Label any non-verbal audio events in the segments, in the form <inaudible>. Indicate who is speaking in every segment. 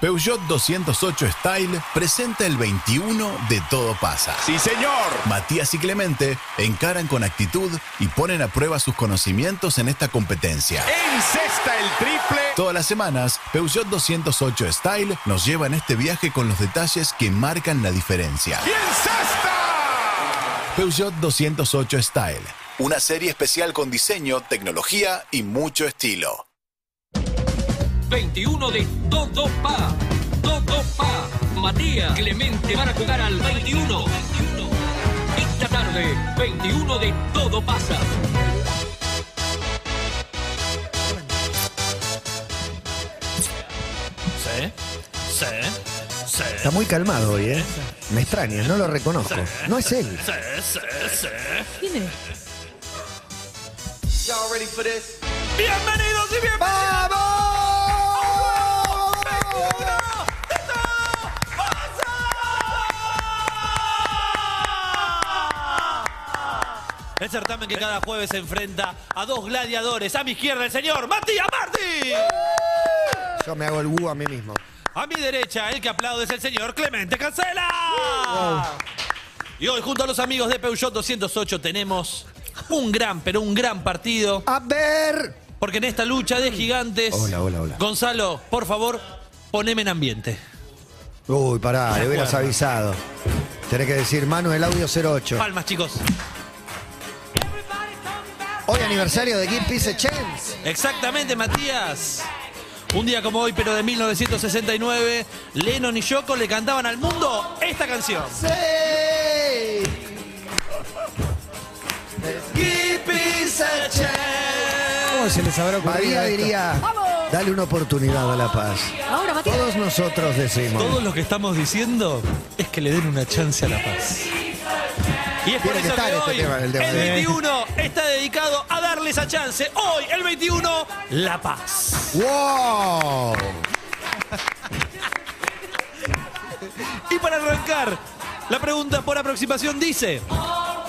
Speaker 1: Peugeot 208 Style presenta el 21 de Todo pasa.
Speaker 2: Sí, señor.
Speaker 1: Matías y Clemente encaran con actitud y ponen a prueba sus conocimientos en esta competencia.
Speaker 3: Eh.
Speaker 2: Encesta el triple.
Speaker 1: Todas las semanas, Peugeot 208 Style nos lleva en este viaje con los detalles que marcan la diferencia.
Speaker 2: ¡Y encesta!
Speaker 1: Peugeot 208 Style, una serie especial con diseño, tecnología y mucho estilo.
Speaker 4: 21 de Todo Pa. Todo Pa. Matías Clemente van a jugar al 21. Esta tarde, 21 de Todo Pasa.
Speaker 5: Sí, sí, sí.
Speaker 6: Está muy calmado hoy, ¿eh? Me extraña, no lo reconozco. No es él.
Speaker 5: Sí, sí, sí.
Speaker 7: ¿Quién es?
Speaker 5: Bienvenidos y bienvenidos. El certamen que cada jueves se enfrenta a dos gladiadores. A mi izquierda el señor Matías Martí.
Speaker 6: Yo me hago el wu a mí mismo.
Speaker 5: A mi derecha el que aplaude es el señor Clemente Cancela. Y hoy junto a los amigos de Peugeot 208 tenemos un gran, pero un gran partido.
Speaker 6: A ver.
Speaker 5: Porque en esta lucha de gigantes...
Speaker 6: Hola, hola, hola.
Speaker 5: Gonzalo, por favor, poneme en ambiente.
Speaker 6: Uy, pará, le hubieras
Speaker 5: Bueno.
Speaker 6: avisado. Tenés que decir, Manu, el audio 08.
Speaker 5: Palmas, chicos.
Speaker 6: Hoy aniversario de Give Peace a Chance.
Speaker 5: Exactamente, Matías. Un día como hoy, pero de 1969, Lennon y Yoko le cantaban al mundo esta canción.
Speaker 6: Sí.
Speaker 5: Give peace a chance.
Speaker 8: ¿Cómo se les habrá ocurrido
Speaker 6: María
Speaker 8: esto?
Speaker 6: diría, dale una oportunidad a la paz.
Speaker 7: Ahora, Matías.
Speaker 6: Todos nosotros decimos.
Speaker 5: Todo lo que estamos diciendo es que le den una chance a la paz. Y es por
Speaker 6: Tiene que
Speaker 5: eso que,
Speaker 6: estar este
Speaker 5: hoy,
Speaker 6: tema, el
Speaker 5: el,
Speaker 6: tema de-
Speaker 5: 21, está dedicado a darle esa chance. Hoy, el 21, la paz.
Speaker 6: ¡Wow!
Speaker 5: Y para arrancar, la pregunta por aproximación dice...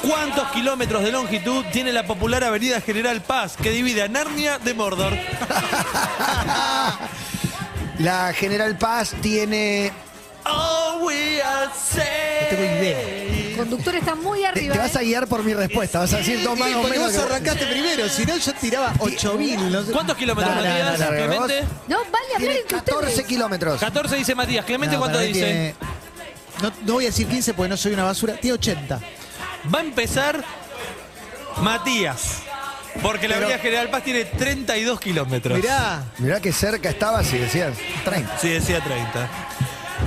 Speaker 5: ¿Cuántos kilómetros de longitud tiene la popular avenida General Paz que divide a Narnia de Mordor?
Speaker 6: La General Paz tiene.
Speaker 5: <laughs> Oh, we are safe.
Speaker 8: tengo idea.
Speaker 7: El conductor está muy
Speaker 6: Te,
Speaker 7: arriba.
Speaker 6: te vas a
Speaker 7: ¿eh?
Speaker 6: guiar por mi respuesta. Vas a decir dos
Speaker 8: Sí,
Speaker 6: más o
Speaker 8: porque
Speaker 6: menos.
Speaker 8: vos
Speaker 6: que-
Speaker 8: arrancaste primero, si no yo tiraba 8000. No sé.
Speaker 5: ¿Cuántos kilómetros,
Speaker 6: No, no,
Speaker 5: Matías?
Speaker 6: no, no, no, vos-
Speaker 5: Clemente.
Speaker 7: No, vale hablar
Speaker 6: Tiene
Speaker 7: entre
Speaker 6: 14
Speaker 7: ustedes.
Speaker 6: kilómetros.
Speaker 5: 14 dice Matías. Clemente,
Speaker 8: No,
Speaker 5: ¿cuánto
Speaker 8: para mí
Speaker 5: dice?
Speaker 8: tiene- No, no voy a decir 15 porque no soy una basura. Tiene 80.
Speaker 5: Va a empezar Matías. Porque la avenida General Paz tiene 32 kilómetros.
Speaker 8: Mirá.
Speaker 6: Mirá que cerca estabas si decías 30.
Speaker 5: Sí, decía 30.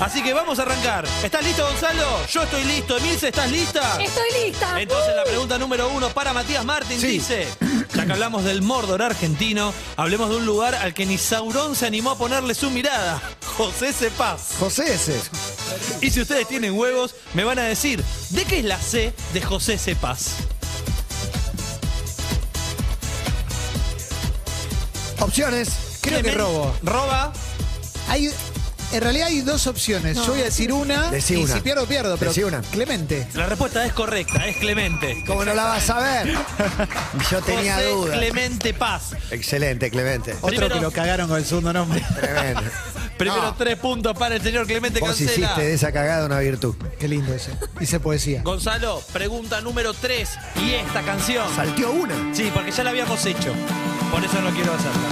Speaker 5: Así que vamos a arrancar. ¿Estás listo, Gonzalo? Yo estoy listo. Emilce, ¿estás lista?
Speaker 7: Estoy lista.
Speaker 5: Entonces la
Speaker 7: Uy.
Speaker 5: pregunta número uno para Matías Martín
Speaker 6: Sí.
Speaker 5: dice, ya que hablamos del Mordor argentino, hablemos de un lugar al que ni Saurón se animó a ponerle su mirada, <laughs> José Cepaz.
Speaker 6: José ese.
Speaker 5: Y si ustedes tienen huevos, me van a decir, ¿de qué es la C de José Cepaz?
Speaker 6: Opciones.
Speaker 8: Creo que
Speaker 5: Clemen-
Speaker 8: robo.
Speaker 5: Roba.
Speaker 8: Hay, en realidad hay dos opciones. yo voy a decir una.
Speaker 6: Decí
Speaker 8: y
Speaker 6: una.
Speaker 8: si pierdo, pierdo. Pero
Speaker 6: Decí una.
Speaker 8: Clemente.
Speaker 5: La respuesta es correcta, es Clemente.
Speaker 6: ¿Cómo no la vas a ver? Yo tenía
Speaker 5: José
Speaker 6: dudas.
Speaker 5: Clemente Paz.
Speaker 6: Excelente, Clemente.
Speaker 8: Otro
Speaker 5: Primero-
Speaker 8: que lo cagaron con el segundo nombre.
Speaker 6: Tremendo.
Speaker 5: Primero
Speaker 6: No.
Speaker 5: tres puntos para el señor Clemente
Speaker 6: Vos
Speaker 5: Cancela.
Speaker 6: hiciste de esa cagada una virtud.
Speaker 8: Qué lindo ese. Dice poesía.
Speaker 5: Gonzalo, pregunta número tres. ¿Y esta canción?
Speaker 6: Salteó una.
Speaker 5: Sí, porque ya la habíamos hecho. Por eso no quiero hacerla.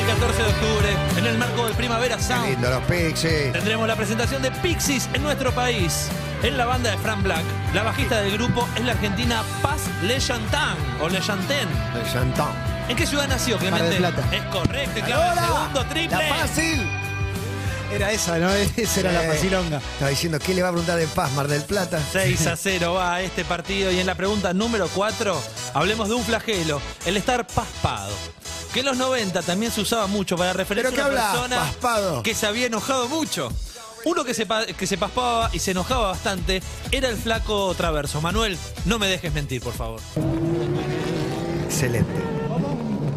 Speaker 5: El 14 de octubre, en el marco del Primavera
Speaker 6: Qué
Speaker 5: Sound,
Speaker 6: lindo, los pixies.
Speaker 5: tendremos la presentación de Pixies en nuestro país. En la banda de Fran Black, la bajista del grupo es la argentina Paz Leyantan o Leyanten.
Speaker 6: El chantón.
Speaker 5: ¿En qué ciudad nació
Speaker 8: del
Speaker 5: Clemente?
Speaker 8: Plata.
Speaker 5: Es correcto, y claro, el segundo triple.
Speaker 6: ¡La fácil!
Speaker 8: Era esa, ¿no? <laughs> Esa era
Speaker 6: Eh,
Speaker 8: la facilonga.
Speaker 6: Estaba diciendo, ¿qué le va a preguntar de Paz, Mar del Plata?
Speaker 5: 6 a 0 va este partido y en la pregunta número 4 hablemos de un flagelo, el estar paspado. Que en los 90 también se usaba mucho para referirse
Speaker 6: ¿Pero qué
Speaker 5: a una
Speaker 6: hablas,
Speaker 5: persona
Speaker 6: paspado?
Speaker 5: que se había enojado mucho. Uno que se, pa- que se paspaba y se enojaba bastante era el flaco traverso. Manuel, no me dejes mentir, por favor.
Speaker 6: Excelente.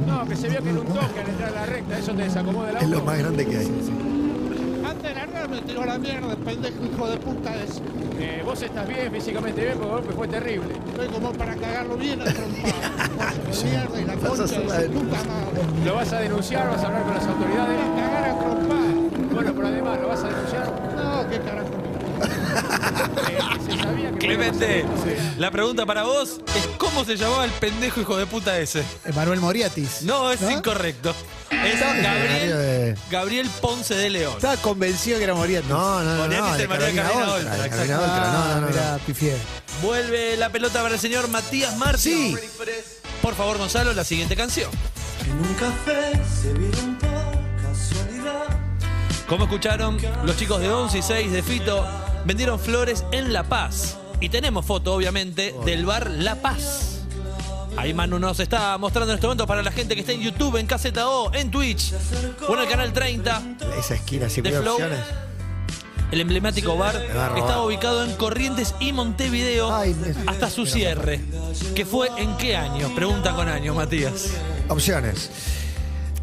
Speaker 9: No, que se vio que era un toque al entrar a la recta, eso te desacomoda la
Speaker 6: Es lo más grande que hay.
Speaker 9: Antes de largar me tiró a la mierda, pendejo hijo de puta ese. Eh, vos estás bien, físicamente bien, porque el golpe fue terrible. Estoy como para cagarlo bien al trompado. mierda y la
Speaker 6: Vas a hacer la denuncia.
Speaker 9: ¿Lo vas a denunciar? ¿Vas a hablar con las autoridades? a cagar a Bueno, pero además, ¿lo vas a denunciar? No, qué carajo. se sabía que
Speaker 5: Clemente, la pregunta para vos es cómo se llamaba el pendejo hijo de puta ese.
Speaker 8: Manuel Moriatis.
Speaker 5: No, es incorrecto. Es Gabriel,
Speaker 6: de-
Speaker 5: Gabriel Ponce de León.
Speaker 8: Estaba convencido que era Moriatis.
Speaker 6: No, no, no.
Speaker 5: Moriatis
Speaker 6: no,
Speaker 5: de María
Speaker 6: Carolina
Speaker 5: Carolina Oltra,
Speaker 6: Oltra, de
Speaker 5: exacto.
Speaker 6: Carolina Oltra,
Speaker 8: Ah,
Speaker 6: No, no, no.
Speaker 8: mirá, pifié.
Speaker 5: Vuelve la pelota para el señor Matías Martín.
Speaker 6: Sí.
Speaker 5: Por favor, Gonzalo, la siguiente canción. Como escucharon, los chicos de 11 y 6 de Fito vendieron flores en La Paz. Y tenemos foto, obviamente, del bar La Paz. Ahí Manu nos está mostrando en estos momentos para la gente que está en YouTube, en KZO, en Twitch o en el canal 30.
Speaker 6: Esa esquina, si
Speaker 5: The
Speaker 6: hubiera
Speaker 5: Flow.
Speaker 6: opciones.
Speaker 5: El emblemático bar
Speaker 6: barro,
Speaker 5: estaba
Speaker 6: barro.
Speaker 5: ubicado en Corrientes y Montevideo
Speaker 8: Ay, me-
Speaker 5: hasta su cierre. ¿Que fue en qué año? Pregunta con años, Matías.
Speaker 6: Opciones.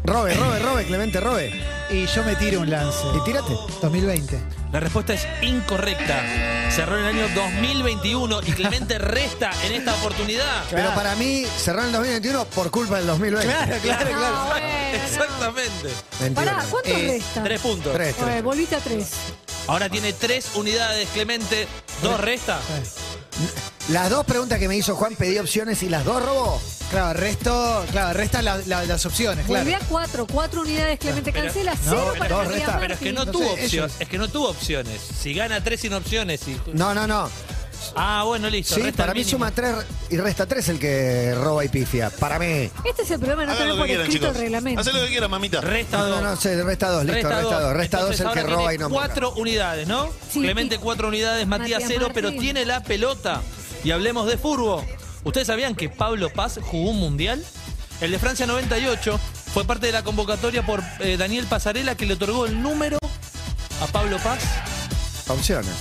Speaker 6: Robe, robe, robe, Clemente, robe.
Speaker 8: Y yo me tiro un lance.
Speaker 6: Y tírate.
Speaker 8: 2020.
Speaker 5: La respuesta es incorrecta. Cerró en el año 2021 y Clemente resta en esta oportunidad.
Speaker 6: Pero para mí, cerró el 2021 por culpa del 2020.
Speaker 5: claro,
Speaker 7: Ah, bueno.
Speaker 5: Exactamente.
Speaker 6: Mentira.
Speaker 7: Pará, ¿cuántos
Speaker 6: Eh,
Speaker 7: restan?
Speaker 5: Tres puntos.
Speaker 6: Tres, tres.
Speaker 7: Eh, volviste a tres.
Speaker 5: Ahora tiene tres unidades, Clemente. Dos resta.
Speaker 6: Las dos preguntas que me hizo Juan pedí opciones y las dos robó.
Speaker 8: Claro, resto, claro, restan la- la- las opciones, claro.
Speaker 7: Volví a cuatro. Cuatro unidades, Clemente.
Speaker 5: Pero-
Speaker 7: Cancela cero para
Speaker 6: dos
Speaker 7: Matías
Speaker 6: resta.
Speaker 7: Martín.
Speaker 5: Pero es que no
Speaker 8: No
Speaker 5: tuvo
Speaker 8: sé,
Speaker 5: opciones.
Speaker 8: ellos.
Speaker 5: Es que no tuvo opciones. Si gana tres sin opciones. y-
Speaker 6: No, no, no.
Speaker 5: Ah, bueno, listo.
Speaker 6: Sí,
Speaker 5: resta el
Speaker 6: para mí
Speaker 5: mínimo.
Speaker 6: suma tres y resta tres el que roba y pifia. Para mí.
Speaker 7: Este es el problema, no
Speaker 3: Hagan
Speaker 7: tener
Speaker 3: lo que
Speaker 7: por
Speaker 3: quieran,
Speaker 7: escrito
Speaker 3: chicos.
Speaker 7: el reglamento.
Speaker 3: Hacen lo que quieran, mamita.
Speaker 5: Resta
Speaker 6: No,
Speaker 5: dos.
Speaker 6: no, sí, resta dos, listo, resta, dos. Resta
Speaker 5: Entonces,
Speaker 6: dos el
Speaker 5: ahora
Speaker 6: que roba
Speaker 5: tiene
Speaker 6: y no moja.
Speaker 5: Cuatro unidades, ¿no?
Speaker 7: Sí.
Speaker 5: Clemente cuatro unidades, Matías,
Speaker 7: Matías
Speaker 5: cero,
Speaker 7: Martín.
Speaker 5: pero tiene la pelota. Y hablemos de furbo. ¿Ustedes sabían que Pablo Paz jugó un mundial? El de Francia 98 fue parte de la convocatoria por eh, Daniel Pasarela que le otorgó el número a Pablo Paz
Speaker 6: Opciones.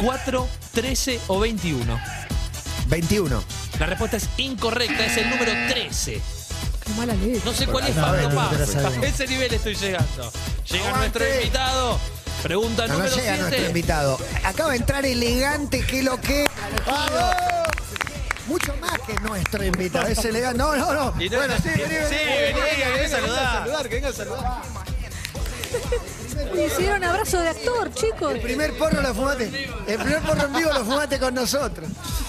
Speaker 5: 4, 13 o 21.
Speaker 6: 21.
Speaker 5: La respuesta es incorrecta, es el número 13.
Speaker 7: Qué mala ley.
Speaker 5: No sé cuál es
Speaker 6: No,
Speaker 5: Pablo
Speaker 6: no, no te la
Speaker 5: Paz. A
Speaker 6: sabemos.
Speaker 5: ese nivel estoy llegando. Llega
Speaker 6: Aguante.
Speaker 5: nuestro invitado. Pregunta
Speaker 6: No, no
Speaker 5: número
Speaker 6: llega nuestro
Speaker 5: 7.
Speaker 6: invitado. Acaba de entrar elegante, que lo que. ¡Vamos! Mucho más que nuestro invitado. Es elegante. No, no, no.
Speaker 5: Y no-
Speaker 6: Bueno, sí, vení, vení.
Speaker 5: Sí, vení, que venga a saludar.
Speaker 6: que venga a saludar.
Speaker 7: Me hicieron abrazo de actor, chicos.
Speaker 6: El primer porro lo fumaste. El primer porro en vivo lo fumaste con nosotros.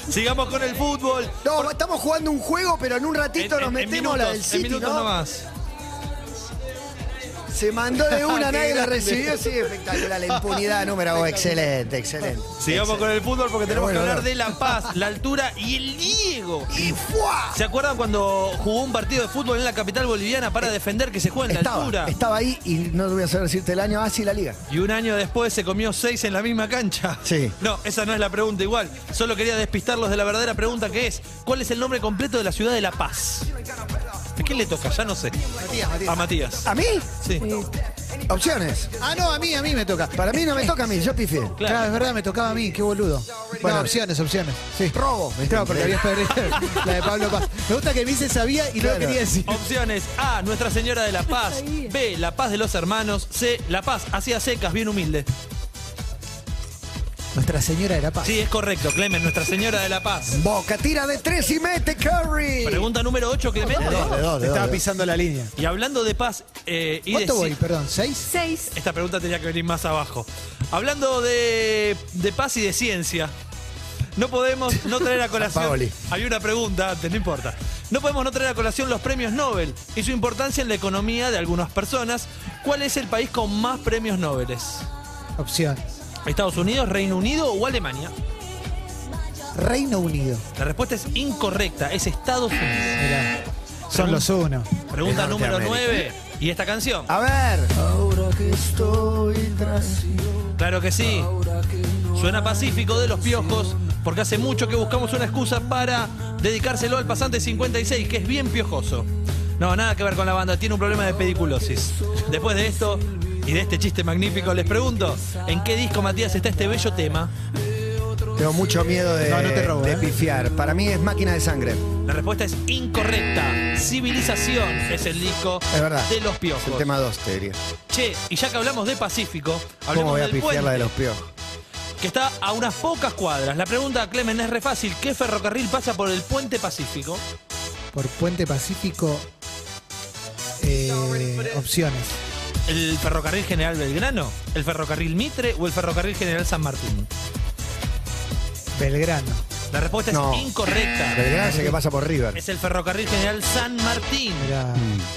Speaker 5: Sigamos con el fútbol.
Speaker 6: No, estamos jugando un juego, pero en un ratito
Speaker 5: En-
Speaker 6: nos
Speaker 5: en- en
Speaker 6: metemos a la del
Speaker 5: minutos, en
Speaker 6: City,
Speaker 5: minutos
Speaker 6: ¿no?
Speaker 5: nomás.
Speaker 6: Se mandó de una,
Speaker 8: Qué
Speaker 5: <laughs>
Speaker 6: nadie la
Speaker 8: grande.
Speaker 6: recibió. Sí, espectacular. La impunidad número uno. Excelente, excelente.
Speaker 5: Sigamos con el fútbol porque tenemos
Speaker 6: Bueno,
Speaker 5: que hablar
Speaker 6: bueno.
Speaker 5: de La Paz, la altura y el Diego.
Speaker 6: Y ¡fua!
Speaker 5: ¿Se acuerdan cuando jugó un partido de fútbol en la capital boliviana para defender que se juega en la altura?
Speaker 6: Estaba, estaba ahí y no te voy a saber decirte el año. Ah, sí, la liga.
Speaker 5: Y un año después se comió seis en la misma cancha.
Speaker 6: Sí.
Speaker 5: No, esa no es la pregunta igual. Solo quería despistarlos de la verdadera pregunta que es, ¿cuál es el nombre completo de la ciudad de La Paz? ¿A quién le toca? Ya no sé.
Speaker 6: Matías, Matías.
Speaker 5: A Matías.
Speaker 6: ¿A mí?
Speaker 5: Sí.
Speaker 6: Opciones.
Speaker 8: Ah, no, a mí, a mí me toca.
Speaker 6: Para mí no me toca a mí, yo pifié.
Speaker 8: Claro, es verdad, me tocaba a mí, qué boludo.
Speaker 6: Bueno.
Speaker 8: Bueno, opciones, opciones. Sí.
Speaker 6: Robo. ¿me
Speaker 8: Claro, porque habías
Speaker 6: entendés?
Speaker 8: perdido la de Pablo Paz. Me gusta que Vince sabía y no
Speaker 6: Claro.
Speaker 8: lo quería decir.
Speaker 5: Opciones A, Nuestra Señora de la Paz.
Speaker 7: sabía.
Speaker 5: B, La Paz de los Hermanos. C, La Paz, así a secas, bien humilde.
Speaker 8: Nuestra Señora de la Paz.
Speaker 5: Sí, es correcto, Clemen, Nuestra Señora de la Paz.
Speaker 6: Boca tira de tres y mete Curry.
Speaker 5: Pregunta número 8, Clemente.
Speaker 6: De dos, de
Speaker 8: Estaba
Speaker 6: dos.
Speaker 8: pisando la línea.
Speaker 5: Y hablando de paz eh, y de
Speaker 8: ¿Cuánto voy?
Speaker 5: sí-
Speaker 8: Perdón, ¿seis?
Speaker 7: Seis.
Speaker 5: Esta pregunta tenía que venir más abajo. Hablando de, de paz y de ciencia, no podemos no traer a colación.
Speaker 6: Paoli.
Speaker 5: Hay una pregunta antes, no importa. No podemos no traer a colación los premios Nobel y su importancia en la economía de algunas personas. ¿Cuál es el país con más premios Nobel?
Speaker 8: Opciones.
Speaker 5: ¿Estados Unidos, Reino Unido o Alemania?
Speaker 8: Reino Unido.
Speaker 5: La respuesta es incorrecta, es Estados Unidos.
Speaker 8: Mirá. Son los uno.
Speaker 5: Pregunta
Speaker 6: De
Speaker 5: número
Speaker 6: Norteamérica. Ah.
Speaker 5: 9. ¿Y esta canción?
Speaker 6: A ver. Ahora que estoy
Speaker 5: Claro que sí. Suena pacífico de los piojos, porque hace mucho que buscamos una excusa para dedicárselo al pasante 56, que es bien piojoso. No, nada que ver con la banda, tiene un problema de pediculosis. Después de esto, Y de este chiste magnífico les pregunto, ¿en qué disco, Matías, está este bello tema?
Speaker 6: Tengo mucho miedo de,
Speaker 8: No, no te robo,
Speaker 6: de
Speaker 8: ¿eh?
Speaker 6: pifiar. Para mí es máquina de sangre.
Speaker 5: La respuesta es incorrecta. Civilización es el disco
Speaker 6: Es verdad.
Speaker 5: de los piojos.
Speaker 6: Es el tema 2, te diría.
Speaker 5: Che, y ya que hablamos de Pacífico,
Speaker 6: ¿Cómo
Speaker 5: hablemos
Speaker 6: voy a
Speaker 5: del
Speaker 6: pifiar
Speaker 5: puente,
Speaker 6: la de los piojos?
Speaker 5: que está a unas pocas cuadras. La pregunta, Clemen, es re fácil. ¿Qué ferrocarril pasa por el puente Pacífico?
Speaker 8: Por Puente Pacífico. eh, opciones.
Speaker 5: ¿El ferrocarril General Belgrano? ¿El ferrocarril Mitre o el ferrocarril General San Martín?
Speaker 8: Belgrano.
Speaker 5: La respuesta es
Speaker 6: No.
Speaker 5: incorrecta.
Speaker 6: Belgrano es el que pasa por River. Mm.
Speaker 5: Es el ferrocarril General San Martín.
Speaker 8: Mirá.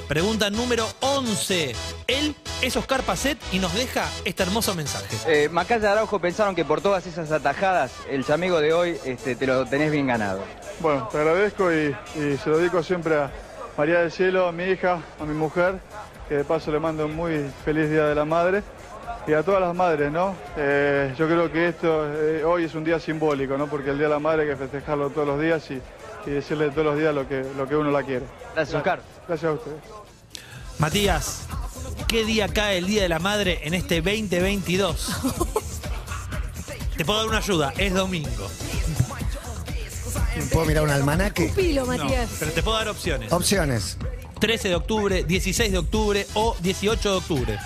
Speaker 5: Pregunta número 11. Él es Oscar Pacet y nos deja este hermoso mensaje.
Speaker 3: Eh, Macaya y Araujo pensaron que por todas esas atajadas, el chamigo de hoy este, te lo tenés bien ganado.
Speaker 10: Bueno, te agradezco y, y se lo dedico siempre a María del Cielo, a mi hija, a mi mujer, que de paso le mando un muy feliz Día de la Madre, y a todas las madres, ¿no? Eh, yo creo que esto eh, hoy es un día simbólico, ¿no? Porque el Día de la Madre hay que festejarlo todos los días y, y decirle todos los días lo que, lo que uno la quiere.
Speaker 3: Gracias, Oscar.
Speaker 10: Gracias a ustedes.
Speaker 5: Matías, ¿qué día cae el Día de la Madre en este 2022? Te puedo dar una ayuda, es domingo.
Speaker 6: ¿Puedo mirar un almanaque?
Speaker 7: Pilo,
Speaker 5: No,
Speaker 7: Matías.
Speaker 5: pero te puedo dar opciones.
Speaker 6: Opciones.
Speaker 5: 13 de octubre, 16 de octubre o 18 de octubre.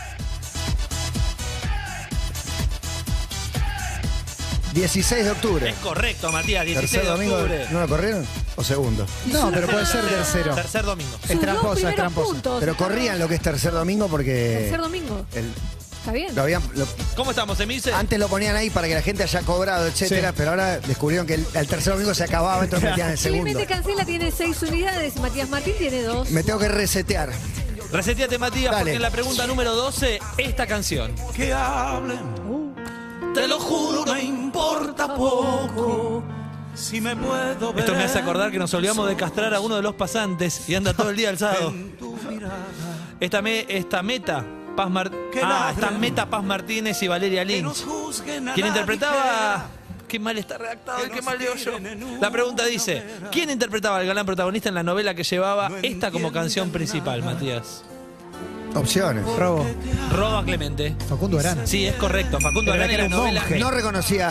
Speaker 6: 16 de octubre.
Speaker 5: Es correcto, Matías, 16
Speaker 6: Tercer
Speaker 5: de
Speaker 6: domingo.
Speaker 5: octubre.
Speaker 6: de- ¿No lo corrieron? ¿O segundo?
Speaker 8: No, pero puede ser tercero.
Speaker 5: Tercer domingo.
Speaker 8: Es
Speaker 7: Sus
Speaker 8: tramposa, es
Speaker 7: dos primeros
Speaker 8: tramposa.
Speaker 7: puntos.
Speaker 6: Pero corrían lo que es tercer domingo porque.
Speaker 7: Tercer domingo.
Speaker 6: el-
Speaker 7: Está bien.
Speaker 6: lo habían- lo-
Speaker 5: ¿Cómo estamos, Emilce?
Speaker 6: antes lo ponían ahí para que la gente haya cobrado, etcétera,
Speaker 8: Sí.
Speaker 6: pero ahora descubrieron que el, el tercer domingo se acababa, entonces
Speaker 8: <laughs>
Speaker 6: metían el segundo.
Speaker 7: Clemente Cancela tiene seis unidades, Matías Martín tiene dos.
Speaker 6: Me tengo que resetear.
Speaker 5: Reseteate, Matías,
Speaker 6: Dale.
Speaker 5: porque en la pregunta número 12, esta canción. Uh.
Speaker 2: Que hablen,
Speaker 5: Te lo juro.
Speaker 2: me importa poco. Si me puedo
Speaker 5: Esto me hace acordar que nos olvidamos de castrar a uno de los pasantes y anda todo el día alzado. Esta, me- esta meta, Paz Mar- ah, esta meta Paz Martínez y Valeria Lynch. Quien interpretaba. Qué mal está redactado y qué mal leo yo. La pregunta dice: ¿Quién interpretaba al galán protagonista en la novela que llevaba esta como canción principal, Matías?
Speaker 6: Opciones.
Speaker 8: Robo.
Speaker 5: Roba Clemente.
Speaker 8: Facundo Arana.
Speaker 5: Sí, es correcto. Facundo
Speaker 8: Pero
Speaker 5: Arana
Speaker 8: era que
Speaker 5: era
Speaker 8: era un
Speaker 5: novela.
Speaker 8: monje.
Speaker 6: No reconocía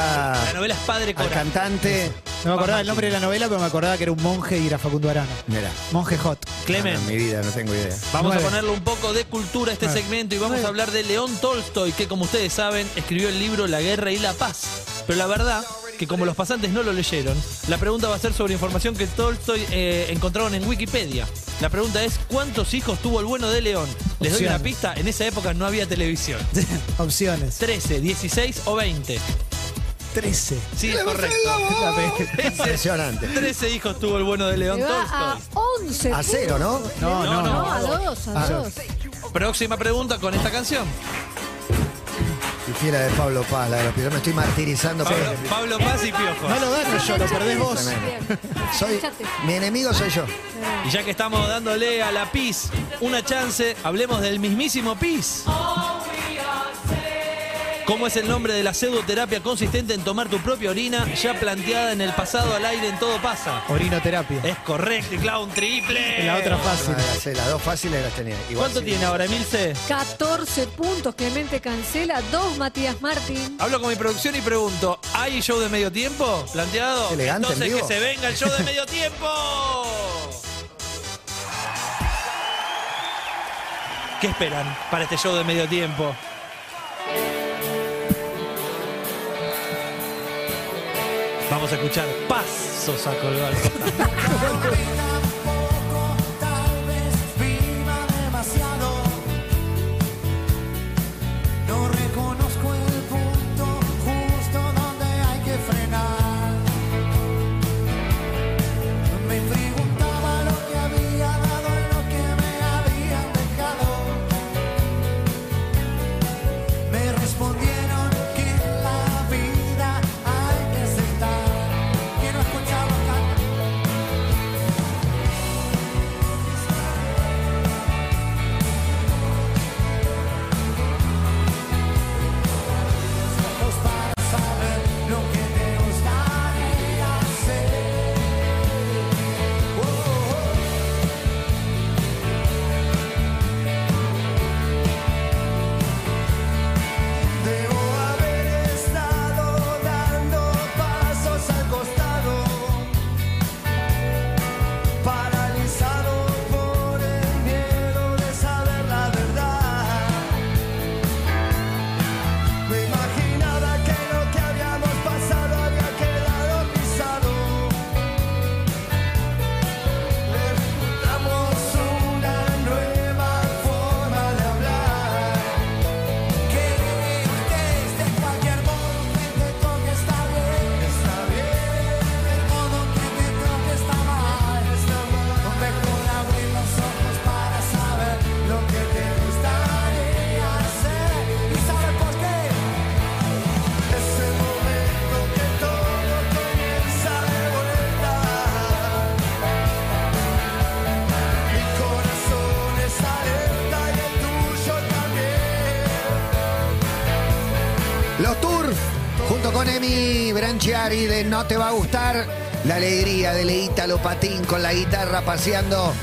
Speaker 5: La novela es Padre
Speaker 6: al
Speaker 5: Cora.
Speaker 6: cantante.
Speaker 8: No me acordaba el nombre de la novela, pero me acordaba que era un monje y era Facundo Arana.
Speaker 6: Mira.
Speaker 8: Monje Hot.
Speaker 5: Clemen,
Speaker 6: En mi vida, no tengo idea.
Speaker 5: Vamos a
Speaker 8: Nueve.
Speaker 5: ponerle un poco de cultura a este segmento y vamos a hablar de León Tolstoy, que como ustedes saben, escribió el libro La Guerra y la Paz. Pero la verdad que como los pasantes no lo leyeron, la pregunta va a ser sobre información que Tolstoy eh, encontraron en Wikipedia. La pregunta es, ¿cuántos hijos tuvo el bueno de León? Les doy
Speaker 8: Opciones.
Speaker 5: una pista, en esa época no había televisión.
Speaker 8: Opciones.
Speaker 5: 13, 16 o 20.
Speaker 8: 13.
Speaker 5: Sí, es correcto.
Speaker 6: <laughs> Impresionante.
Speaker 5: 13 hijos tuvo el bueno de León
Speaker 7: Se va a
Speaker 5: Tolstoy.
Speaker 7: 11.
Speaker 6: A cero, ¿no?
Speaker 8: No, no,
Speaker 7: No, a dos, a dos.
Speaker 5: Próxima pregunta con esta canción.
Speaker 6: Y fiera de Pablo Paz, la de los piojos. Me estoy martirizando. por-
Speaker 5: Pablo, Pablo Paz y
Speaker 8: No
Speaker 5: Piojo.
Speaker 8: lo gano yo, lo perdés vos. <laughs>
Speaker 6: Soy,
Speaker 7: Escuchate.
Speaker 6: mi enemigo soy yo.
Speaker 5: Y ya que estamos dándole a la PIS una chance, hablemos del mismísimo PIS. ¿Cómo es el nombre de la pseudoterapia consistente en tomar tu propia orina ya planteada en el pasado al aire en todo pasa?
Speaker 8: Orinoterapia.
Speaker 5: Es correcto, y clava un triple.
Speaker 8: En la otra fácil.
Speaker 6: Ah, las, las dos fáciles las tenía. Igual
Speaker 5: ¿Cuánto
Speaker 6: sí.
Speaker 5: tiene ahora, Emilce?
Speaker 7: 14 puntos, Clemente Cancela, dos Matías Martín.
Speaker 5: Hablo con mi producción y pregunto, ¿hay show de medio tiempo planteado?
Speaker 6: Elegante, en
Speaker 5: Entonces
Speaker 6: vivo.
Speaker 5: que se venga el show de
Speaker 6: <laughs>
Speaker 5: medio tiempo. ¿Qué esperan para este show de medio tiempo? Vamos a escuchar pasos a colgar.
Speaker 9: No reconozco el punto justo donde hay que frenar. Me preguntaba lo que había dado y lo que me habían dejado. Me respondieron que la vida hay que aceptar. Quiero escucharlo cantar.
Speaker 6: Dani Branchiari de No Te Va a Gustar. La alegría de Leíta Lopatín con la guitarra paseando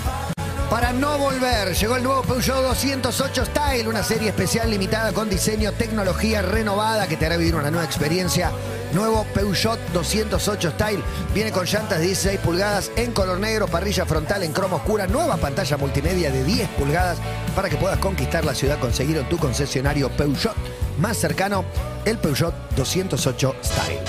Speaker 6: para no volver. Llegó el nuevo Peugeot 208 Style, una serie especial limitada con diseño, tecnología renovada que te hará vivir una nueva experiencia. Nuevo Peugeot 208 Style viene con llantas de 16 pulgadas en color negro, parrilla frontal en cromo oscura, nueva pantalla multimedia de 10 pulgadas para que puedas conquistar la ciudad, conseguir en tu concesionario Peugeot más cercano, el Peugeot 208 Style.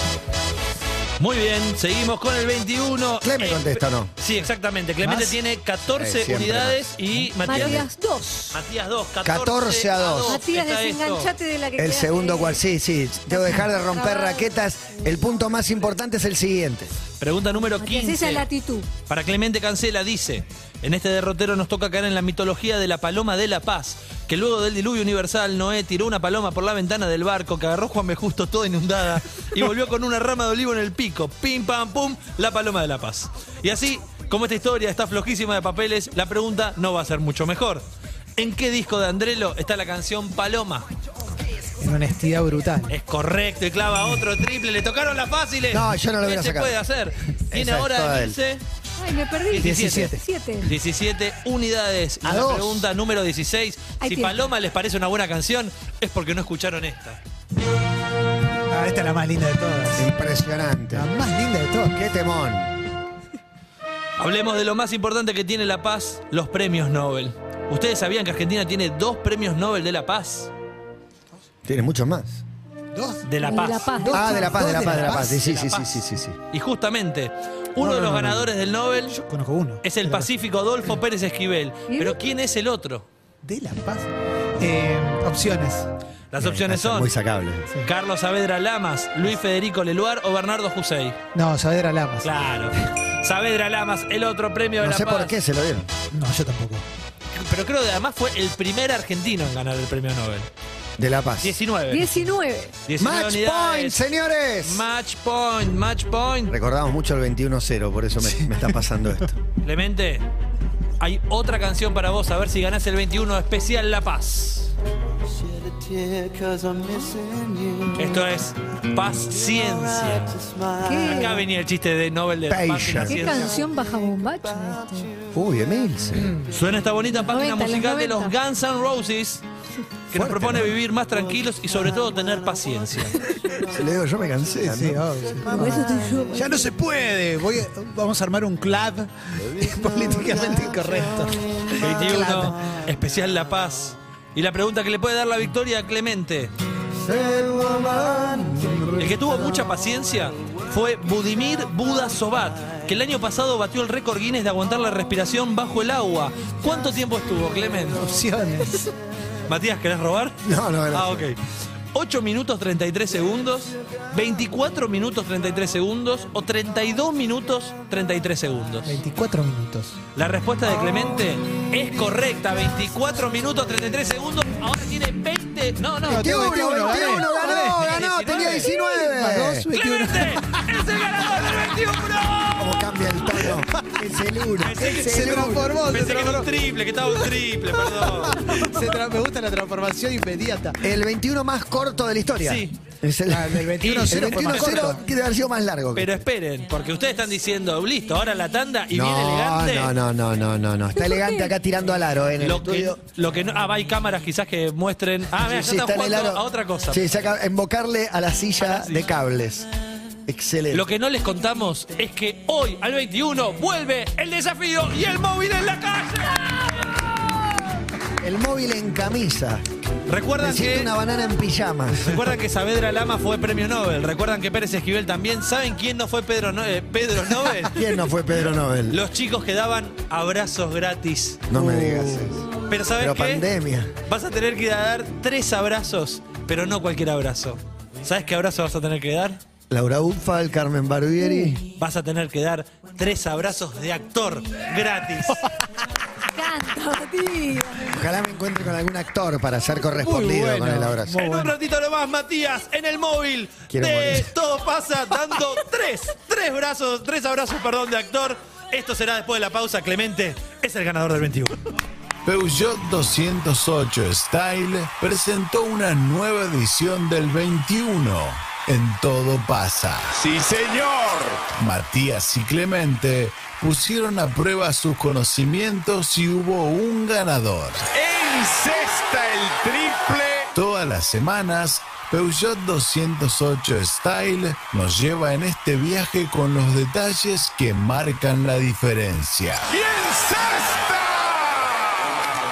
Speaker 5: Muy bien, seguimos con el 21.
Speaker 6: Clem me
Speaker 5: Eh,
Speaker 6: contesta, ¿no?
Speaker 5: Sí, exactamente. Clemente
Speaker 6: ¿Más?
Speaker 5: tiene
Speaker 6: Eh,
Speaker 5: 14
Speaker 6: siempre
Speaker 5: unidades y Matías.
Speaker 7: Matías 2.
Speaker 5: Matías 2, 14,
Speaker 6: 14 a 2.
Speaker 7: Matías,
Speaker 5: Está esto.
Speaker 7: desenganchate de la que
Speaker 6: El
Speaker 7: quedaste.
Speaker 6: segundo cual, sí, sí. Debo dejar de romper raquetas. El punto más importante es el siguiente.
Speaker 5: Pregunta número
Speaker 7: Matías, esa es la
Speaker 5: 15.
Speaker 7: actitud.
Speaker 5: Para Clemente Cancela dice, en este derrotero nos toca caer en la mitología de la paloma de la paz, que luego del diluvio universal Noé tiró una paloma por la ventana del barco que agarró Juan B. Justo toda inundada y volvió con una rama de olivo en el pico. Pim, pam, pum, la paloma de la paz. Y así, como esta historia está flojísima de papeles, la pregunta no va a ser mucho mejor. ¿En qué disco de Andrelo está la canción Paloma?
Speaker 8: En honestidad brutal.
Speaker 5: Es correcto y clava otro triple. Le tocaron las fáciles.
Speaker 6: No, yo no lo hubiera
Speaker 5: ¿Qué se
Speaker 6: sacado.
Speaker 5: puede
Speaker 6: <laughs>
Speaker 5: hacer? Tiene
Speaker 6: Esa es toda
Speaker 5: ahora
Speaker 6: él.
Speaker 5: 15,
Speaker 7: Ay, me perdí.
Speaker 5: 17.
Speaker 7: 17.
Speaker 5: 17 unidades. Y
Speaker 6: A
Speaker 5: la
Speaker 6: dos.
Speaker 5: pregunta número 16.
Speaker 7: Hay
Speaker 5: si
Speaker 7: tiempo.
Speaker 5: Paloma les parece una buena canción, es porque no escucharon esta.
Speaker 8: Ah, esta es la más linda de todas.
Speaker 6: Impresionante.
Speaker 8: La más linda de todas.
Speaker 6: Qué temón.
Speaker 5: Hablemos de lo más importante que tiene La Paz, los premios Nobel. ¿Ustedes sabían que Argentina tiene dos premios Nobel de La Paz?
Speaker 6: Tiene muchos más.
Speaker 8: Dos.
Speaker 5: De La
Speaker 7: De
Speaker 5: Paz.
Speaker 7: La Paz.
Speaker 6: Ah, de la paz, de la paz, de la paz. Sí, sí,
Speaker 5: De
Speaker 6: sí,
Speaker 5: La
Speaker 6: sí,
Speaker 5: Paz.
Speaker 6: sí, sí, sí.
Speaker 5: Y justamente, uno
Speaker 8: No, no,
Speaker 5: de los
Speaker 8: no,
Speaker 5: ganadores del Nobel
Speaker 8: Yo conozco uno.
Speaker 5: es el pacífico Adolfo Pérez Esquivel.
Speaker 7: ¿Y?
Speaker 5: Pero ¿quién es el otro?
Speaker 8: De la paz. Eh, opciones.
Speaker 5: Las opciones son
Speaker 6: Muy sacable.
Speaker 5: Carlos Saavedra Lamas, Luis Federico Leluar o Bernardo Jusey.
Speaker 8: No, Saavedra Lamas.
Speaker 5: Claro. Saavedra Lamas, el otro premio de
Speaker 6: No
Speaker 5: la
Speaker 6: sé
Speaker 5: Paz.
Speaker 6: por qué se lo dieron.
Speaker 8: No, yo tampoco.
Speaker 5: Pero creo que además fue el primer argentino en ganar el premio Nobel.
Speaker 6: De la paz.
Speaker 5: 19.
Speaker 7: 19.
Speaker 5: 19
Speaker 6: Match
Speaker 5: unidades.
Speaker 6: point, señores.
Speaker 5: Match point, match point.
Speaker 6: Recordamos mucho el 21-0, por eso me, me está
Speaker 5: <laughs>
Speaker 6: pasando esto.
Speaker 5: Clemente, hay otra canción para vos, a ver si ganás el 21 especial La Paz. Esto es Paciencia. Acá
Speaker 7: ¿Qué,
Speaker 5: venía el chiste de Nobel de
Speaker 6: Patience.
Speaker 5: Página
Speaker 7: ¿Qué
Speaker 5: Ciencia.
Speaker 7: canción baja bombacho esto?
Speaker 6: Uy, Emilce.
Speaker 5: Suena esta bonita página
Speaker 7: 90,
Speaker 5: musical
Speaker 7: los
Speaker 5: de los
Speaker 7: 90.
Speaker 5: Guns N' Roses que nos
Speaker 6: Fuerte,
Speaker 5: propone
Speaker 6: ¿no?
Speaker 5: vivir más tranquilos y sobre todo tener paciencia.
Speaker 6: Le digo, yo me cansé.
Speaker 8: Sí,
Speaker 6: ¿no?
Speaker 8: obvio.
Speaker 7: Por eso estoy yo.
Speaker 8: Ya no se puede. Voy a- vamos a armar un club <laughs> políticamente incorrecto.
Speaker 5: 21, especial La Paz. Y la pregunta que le puede dar la victoria a Clemente. El que tuvo mucha paciencia fue Budimir Buda Sobat, que el año pasado batió el récord Guinness de aguantar la respiración bajo el agua. ¿Cuánto tiempo estuvo, Clemente?
Speaker 8: Opciones.
Speaker 5: Matías, ¿querés robar?
Speaker 6: <laughs> No, no, gracias.
Speaker 5: Ah, ok. 8 minutos 33 segundos, 24 minutos 33 segundos o 32 minutos 33 segundos.
Speaker 8: 24 minutos.
Speaker 5: La respuesta de Clemente es correcta. 24 minutos 33 segundos. Ahora tiene 20. No, no.
Speaker 6: 21, 21,
Speaker 8: 21,
Speaker 6: ganó, ganó, tenía 19.
Speaker 8: Más dos, 21.
Speaker 5: ¡Clemente es el ganador del 21!
Speaker 6: ¿Cómo cambia el tono?
Speaker 8: <laughs>
Speaker 6: Es el uno.
Speaker 5: Pensé que-
Speaker 6: Es
Speaker 8: Se
Speaker 6: el uno.
Speaker 8: transformó, se
Speaker 5: Pensé que era un
Speaker 8: transformó.
Speaker 5: triple, que estaba un triple, perdón.
Speaker 8: Se tra- me gusta la transformación inmediata.
Speaker 6: El 21 más corto de la historia.
Speaker 5: Sí.
Speaker 6: Es el,
Speaker 8: Ah, el 21-0
Speaker 6: el
Speaker 8: fue más
Speaker 6: 21-0
Speaker 8: corto.
Speaker 6: quiere haber sido más largo. que-
Speaker 5: Pero esperen, porque ustedes están diciendo, listo, ahora la tanda y viene
Speaker 6: no,
Speaker 5: elegante.
Speaker 6: no, no, no, no, no, no. Está elegante acá tirando al aro eh, en el
Speaker 5: Lo que,
Speaker 6: estudio.
Speaker 5: lo que no. Ah, va, hay cámaras quizás que muestren. Ah, mira,
Speaker 6: Sí,
Speaker 5: ya
Speaker 6: está
Speaker 5: están
Speaker 6: en el
Speaker 5: jugando
Speaker 6: aro.
Speaker 5: a otra cosa.
Speaker 6: Sí, saca, invocarle a la silla de cables. Excelente.
Speaker 5: Lo que no les contamos es que hoy, al 21, vuelve el desafío y el móvil en la calle.
Speaker 6: El móvil en camisa.
Speaker 5: Recuerdan
Speaker 6: Necesito
Speaker 5: que,
Speaker 6: una <laughs> banana en pijama.
Speaker 5: recuerdan que Saavedra Lama fue premio Nobel. Recuerdan que Pérez Esquivel también. ¿Saben quién no fue Pedro, No- eh, Pedro
Speaker 6: <laughs>
Speaker 5: Nobel?
Speaker 6: ¿Quién no fue Pedro Nobel?
Speaker 5: Los chicos que daban abrazos gratis.
Speaker 6: No me digas eso.
Speaker 5: Pero Uh. ¿sabes
Speaker 6: Pero
Speaker 5: qué?
Speaker 6: pandemia.
Speaker 5: Vas a tener que dar tres abrazos, pero no cualquier abrazo. ¿Sabes qué abrazo vas a tener que dar?
Speaker 6: Laura Ufal, Carmen Barbieri.
Speaker 5: Vas a tener que dar tres abrazos de actor gratis.
Speaker 7: Canta, Matías.
Speaker 5: Uh.
Speaker 6: Ojalá me encuentre con algún actor para ser correspondido
Speaker 8: bueno.
Speaker 6: con el abrazo.
Speaker 5: en un ratito nomás, Matías, en el móvil
Speaker 6: Quiero
Speaker 5: de
Speaker 6: morir.
Speaker 5: Todo Pasa, dando <laughs> tres, tres brazos, tres abrazos, perdón, de actor. Esto será después de la pausa. Clemente es el ganador del 21.
Speaker 1: Peugeot 208 Style presentó una nueva edición del 21. En todo pasa.
Speaker 11: Sí, señor.
Speaker 1: Matías y Clemente pusieron a prueba sus conocimientos y hubo un ganador.
Speaker 11: Encesta el triple.
Speaker 1: Todas las semanas, Peugeot 208 Style nos lleva en este viaje con los detalles que marcan la diferencia.
Speaker 11: ¡Y encesta!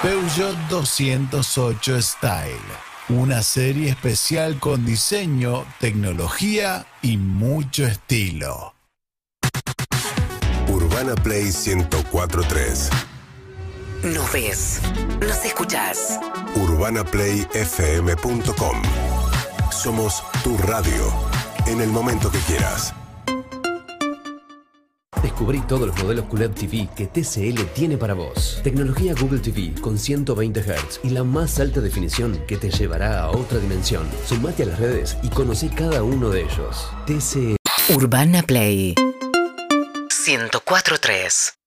Speaker 1: Peugeot 208 Style, una serie especial con diseño, tecnología y mucho estilo.
Speaker 12: Urbana Play 1043.
Speaker 13: Nos ves, nos escuchás.
Speaker 12: UrbanaPlayFM.com Somos tu radio en el momento que quieras.
Speaker 14: Descubrí todos los modelos QLED TV que TCL tiene para vos. Tecnología Google TV con 120 Hz y la más alta definición que te llevará a otra dimensión. Sumate a las redes y conoce cada uno de ellos. TCL
Speaker 13: Urbana Play 1043